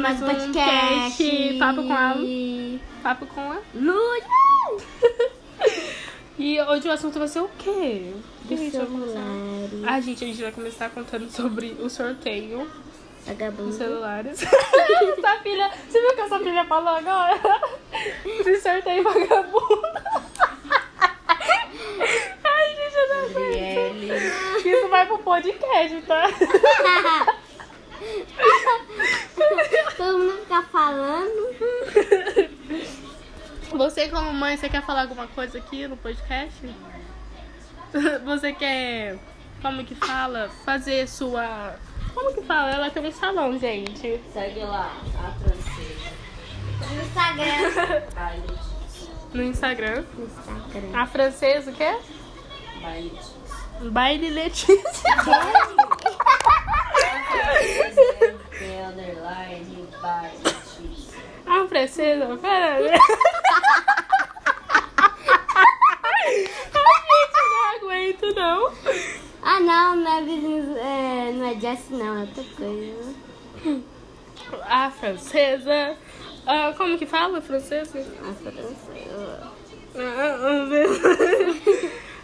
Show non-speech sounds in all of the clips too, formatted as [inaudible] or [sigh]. mais um podcast. Papo com a Papo com a Luz E hoje o assunto vai ser o quê? O que a do gente vai começar? celular. Ah, gente, a gente vai começar contando sobre o sorteio dos Vagabundo. celulares. [laughs] Sua filha, você viu o que a sua filha falou agora? Se sorteio vagabundo. Ai, gente, eu não é. aguento. Isso vai pro podcast, tá? [laughs] Todo mundo fica falando. Você, como mãe, você quer falar alguma coisa aqui no podcast? [laughs] Você quer, como que fala, fazer sua... Como que fala? Ela tem um salão, gente. Segue lá, a francesa. No Instagram. Baile No Instagram. No Instagram. A francesa, o quê? de- baile de- Baile Letícia. Francesa, tem underline, baile de- A francesa, pera. aí. Ai, gente, eu não aguento, não. Ah, não, não é business. É, não é Jess, não, é outra coisa. A francesa. Ah, como que fala [laughs] francesa? Nossa, eu sei.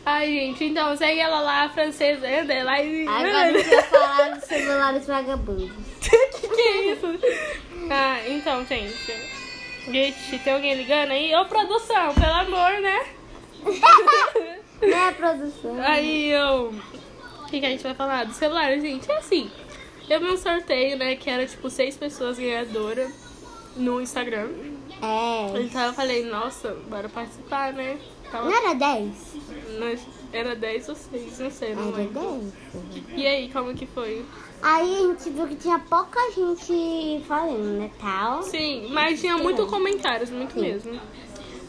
Ai, gente, então segue ela lá, a francesa, underline. Agora a gente vai falar dos celulares vagabundos. [laughs] que que é isso? Ah, então, gente. Gente, tem alguém ligando aí? Ô, produção, pelo amor, [laughs] né? Né, produção? Aí eu. O que, que a gente vai falar? Do celular, gente. É assim. Eu vi um sorteio, né? Que era tipo seis pessoas ganhadoras no Instagram. É. Então eu falei, nossa, bora participar, né? Tava- Não era 10? nós- era 10 ou 6, não sei, não Era lembro. 10. E aí, como que foi? Aí a gente viu que tinha pouca gente falando, né, tal. Sim, mas tinha muito comentários, muito mesmo.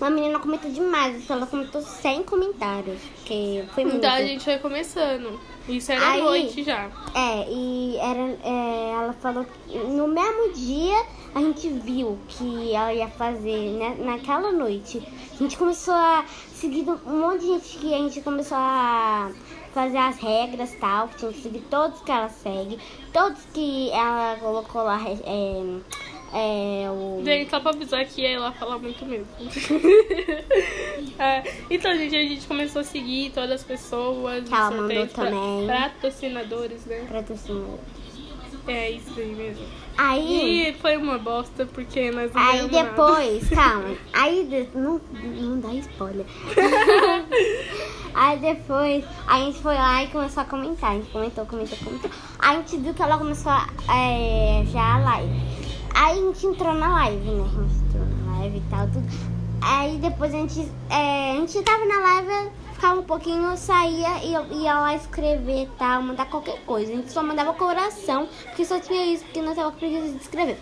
Uma menina comentou demais, acho que ela comentou 100 comentários, porque foi muito. Então a gente foi começando. Isso era à Aí- noite já. É, e era, é, ela falou que no mesmo dia a gente viu que ela ia fazer né, naquela noite. A gente começou a seguir um monte de gente que a gente começou a fazer as regras tal, que tinha que seguir todos que ela segue, todos que ela colocou lá. É, é, o... Gente, só pra avisar que ela fala muito mesmo. [laughs] É, então, gente, a gente começou a seguir todas as pessoas. Que ela os Ah, mandou sorteios, pra- também. Patrocinadores, né? patrocinador. É isso aí mesmo. Aí, E foi uma bosta, porque nós não aí ganhamos nada. depois, calma. Aí de- não, não dá spoiler. aí depois a gente foi lá e começou a comentar. A gente comentou, comentou, comentou. Aí a gente viu que ela começou a, é, já a live. Aí a gente entrou na live, né? A gente entrou na live e tal, tudo. Aí depois a gente, é, a gente tava na live, ficava um pouquinho, saía e eu ia lá escrever e tal, mandar qualquer coisa. A gente só mandava coração, porque só tinha isso, porque nós tava com preguiça de escrever.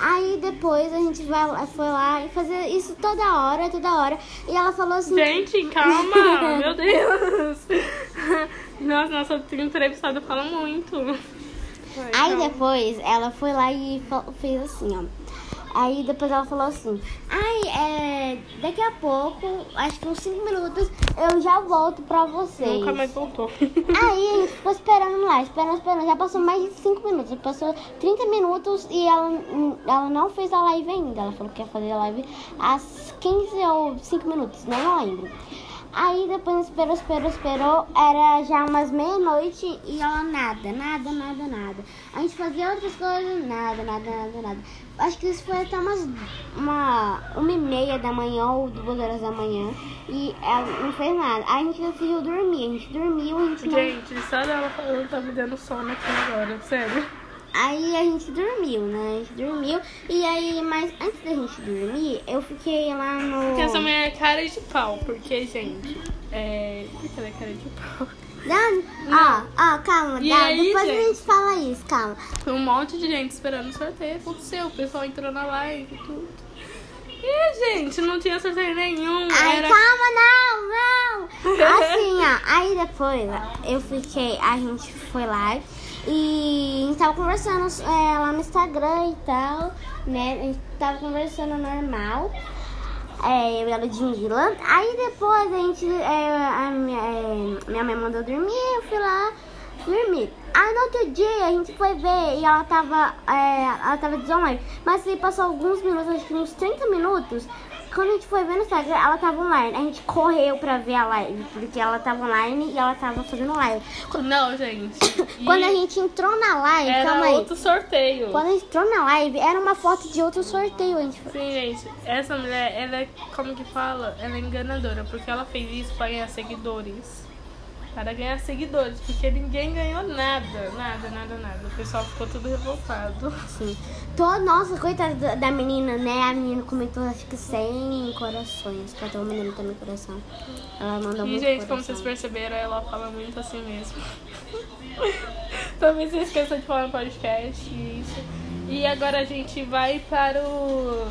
Aí depois a gente vai, lá- foi lá e fazer isso toda hora, toda hora. E ela falou assim, Gente, calma! Meu Deus! Nossa, nossa entrevistada fala muito. Vai, Aí calma. depois ela foi lá e fa- fez assim, ó. Aí depois ela falou assim: Ai, é. Daqui a pouco, acho que uns 5 minutos, eu já volto pra vocês. Nunca mais voltou. Aí a gente ficou esperando lá, esperando, esperando. Já passou mais de 5 minutos, já passou 30 minutos e ela, ela não fez a live ainda. Ela falou que ia fazer a live às 15 ou 5 minutos, né? não lembro. Aí depois esperou, esperou, esperou. Era já umas meia-noite e ela nada, nada, nada, nada. A gente fazia outras coisas, nada, nada, nada, nada. Acho que isso foi até umas uma, uma e meia da manhã ou duas horas da manhã. E ela não fez nada. Aí a gente decidiu dormir. A gente dormiu, a gente não Gente, só dela falando tá me dando sono aqui agora, sério. Aí a gente dormiu, né? A gente dormiu. E aí, mas antes da gente dormir, eu fiquei lá no. Porque essa mulher é cara de pau, porque, gente, é. Por que ela é cara de pau? Dani, um- ó, ó, calma, E Dani, aí, depois gente? a gente fala isso, calma. Foi um monte de gente esperando o sorteio. Aconteceu, o pessoal entrou na live e tudo. E, gente, não tinha sorteio nenhum. Ai, era... calma, não, não. [laughs] Assim, ó, aí depois eu fiquei, a gente foi lá e a gente tava conversando é, lá no Instagram e tal, né? A gente tava conversando normal. É, eu e a Ludmilla. Aí depois a gente, é, a minha, é, minha mãe mandou dormir, eu fui lá dormir. Aí no outro dia a gente foi ver e ela tava, é, ela tava desonline. Mas se passou alguns minutos, acho que uns 30 minutos, quando a gente foi ver no Instagram, ela tava online. A gente correu pra ver a live, porque ela tava online e ela tava fazendo [laughs] live. Não, gente. E Quando a gente entrou na live, era calma aí. outro sorteio. Quando a gente entrou na live, era uma foto de outro sorteio. A gente foi- Sim, gente, essa mulher, ela é, como que fala? Ela é enganadora, porque ela fez isso pra ganhar seguidores. Para ganhar seguidores, porque ninguém ganhou nada, nada, nada, nada. O pessoal ficou tudo revoltado. Sim. Tô, nossa, coitada da- da menina, né? A menina comentou, acho que 100 corações. Cadê o menino também coração? Ela mandou E, muito gente, como coração. vocês perceberam, ela fala muito assim mesmo. [laughs] Também se esqueça de falar no podcast e isso. E agora a gente vai para o...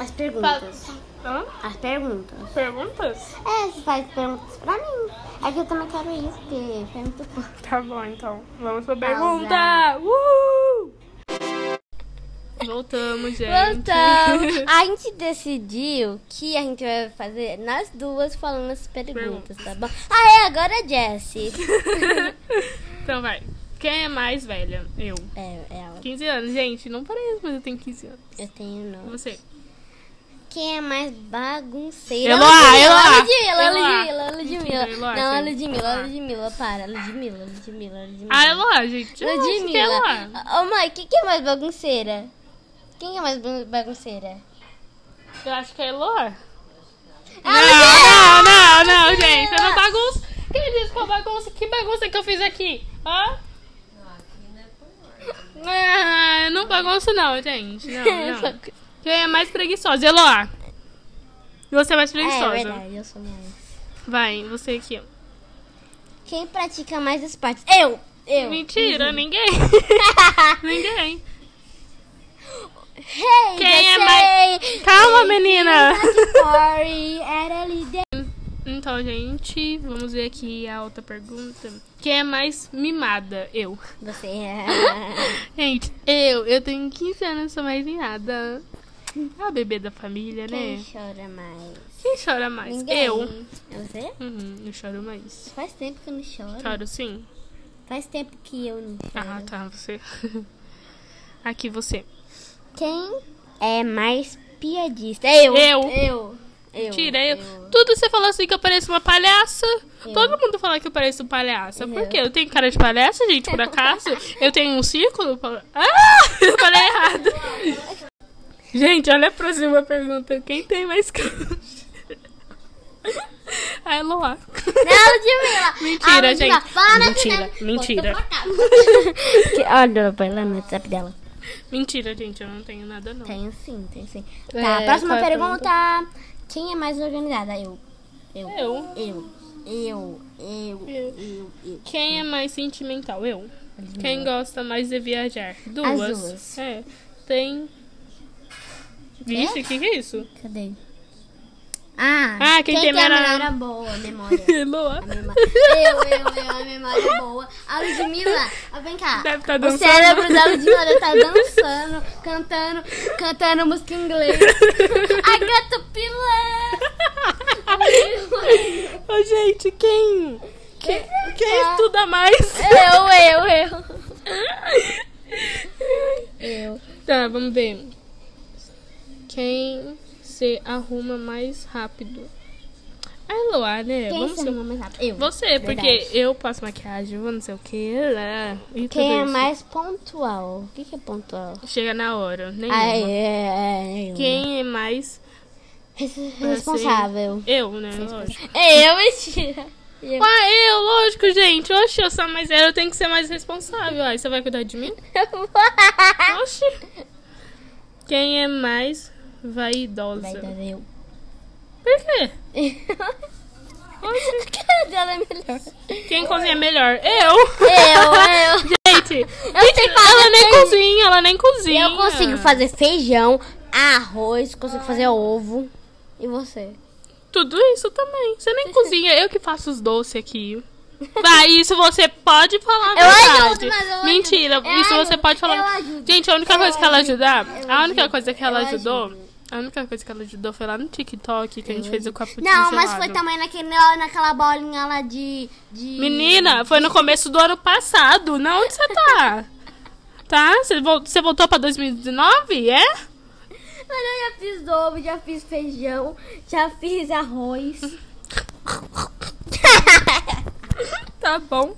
As pa- perguntas. Hã? As perguntas. Perguntas? É, você faz perguntas pra mim. É que eu também quero isso, porque foi muito bom. Tá bom, então. Vamos pra Pausa. pergunta! Uhul! Voltamos, gente. [laughs] Então, a gente decidiu que a gente vai fazer nas duas falando as perguntas, tá bom? Ah, é, agora [laughs] é Jessie. então vai. Quem é mais velha? Eu. É, ela. 15 anos, gente. Não parece, mas eu tenho 15 anos. Eu tenho nome. Você. Quem é mais bagunceira? Eloá, Eloá. Ludmilla, Eloá. Ludmilla, Ludmilla, Eloá, Ludmilla. Não, é gente. Ludmilla, Ludmilla, para. Ludmilla, Ludmilla, Ludmilla. Ah, Eloá, gente. Eu acho que é Ludmilla. Eloá. Ô, mãe, quem que é mais bagunceira? Quem é mais ba- bagunceira? Eu acho que é Eloá. Ah, É! Não, Ludmilla! não, não, não, gente. Eu não bagunço. Quem disse que eu bagunça? Que bagunça que eu fiz aqui? Hã? é Ah, eu não bagunço não, gente. [laughs] Não, não. Quem é mais preguiçosa? Eloá. Você é mais É, é preguiçosa. verdade, eu sou mais. Vai, você aqui. ó. Quem pratica mais esportes? Eu! Eu! [laughs] Mentira, ninguém. [laughs] ninguém. hey, Quem é você! mais- Calma, menina. Sorry, era líder. Então, gente, vamos ver aqui a outra pergunta. Quem é mais mimada? Eu. Você é. Gente, eu, eu tenho 15 anos, sou mais mimada. A bebê da família, Quem [laughs] né? chora mais? Quem chora mais? Ninguém. Eu. É você? Uhum, eu choro mais. Faz tempo que eu não choro. Choro sim. Faz tempo que eu não choro. Ah, tá, você. [laughs] Aqui você. Quem é mais piadista? Eu. Eu. Eu. Eu. É. Tira eu. Tudo você falou assim que eu pareço uma palhaça. Eu. Todo mundo fala que eu pareço um palhaça. Por Eu. quê? Eu tenho cara de palhaça, gente, por [laughs] acaso? Eu tenho um círculo? pa- Ah! [laughs] Eu falei errado. [laughs] Gente, olha a próxima pergunta. Quem tem mais [laughs] crush? A Eloá. Não, Ludmilla. Mentira, Ah, Ludmilla, gente. Fala na Mentira, cidade. mentira. Vou tomar água. [laughs] Que- Olha, vai lá no WhatsApp dela. [laughs] Mentira, gente, eu não tenho nada não. Tenho sim, tenho sim. É, Tá, próxima qual é a pergunta. Quem é mais organizada? Eu. Eu. Eu. Eu. Eu. Eu. Eu. Eu. eu. Quem é mais sentimental? Eu. Quem gosta mais de viajar? Duas. Uhum. duas. É. Tem. Vixe, o que, que é isso? Cadê? Ah, Ah, quem tem a melhor- memória boa, a memória. Eloá. Memó- Eu, eu, eu, a memória é boa. A Ludmilla, ó, vem cá. Deve tá o dançando. cérebro da Ludmilla deve tá dançando, cantando, cantando música em inglês. I got the pillar. [laughs] Ô, gente, quem? Quem, Ah. quem estuda mais? Eu, eu, eu. É. Eu. Tá, vamos ver. Quem se arruma mais rápido? A Eloá, né? Quem vamos se ver. arruma mais rápido? Eu. Você, porque Verdade. eu passo maquiagem, eu não sei o que. Lá, e tudo Quem é isso. mais pontual? O que, que é pontual? Chega na hora, nenhuma. Ah, é, é, é, eu. Quem é mais. Res- Responsável. Eu, né? Lógico. Eu, mentira. Eu. Ah, eu, lógico, gente. Oxe, eu sou mais. Eu tenho que ser mais responsável. Aí você vai cuidar de mim? Oxi. Quem é mais vaidosa? Vai tá dar eu. Por quê? A cara dela é melhor. Quem cozinha melhor? Eu! Eu, eu. [laughs] Gente, Eu sei ela fazer nem feijão. cozinha, ela nem cozinha. Eu consigo fazer feijão, arroz, consigo fazer ovo. E você? Tudo isso também. Você nem cozinha, eu que faço os doces aqui. Vai, isso você pode falar a Eu verdade. ajudo, mas eu Mentira, ajudo. Eu isso você ajudo, pode falar. eu ajudo. Gente, a única Eu coisa que ela ajudo, ajudar, eu a única ajudo, coisa que ela eu ajudou, ajudo. A única coisa que ela ajudou foi lá no TikTok, que a gente fez o cappuccino Não, mas gelado. foi também naquele, naquela bolinha lá de. de... Menina, foi no começo do ano passado. Na onde você [laughs] tá? tá? Você vol- Você voltou pra 2019, [laughs] é? Mas eu já fiz ovo, já fiz feijão, já fiz arroz. Tá bom.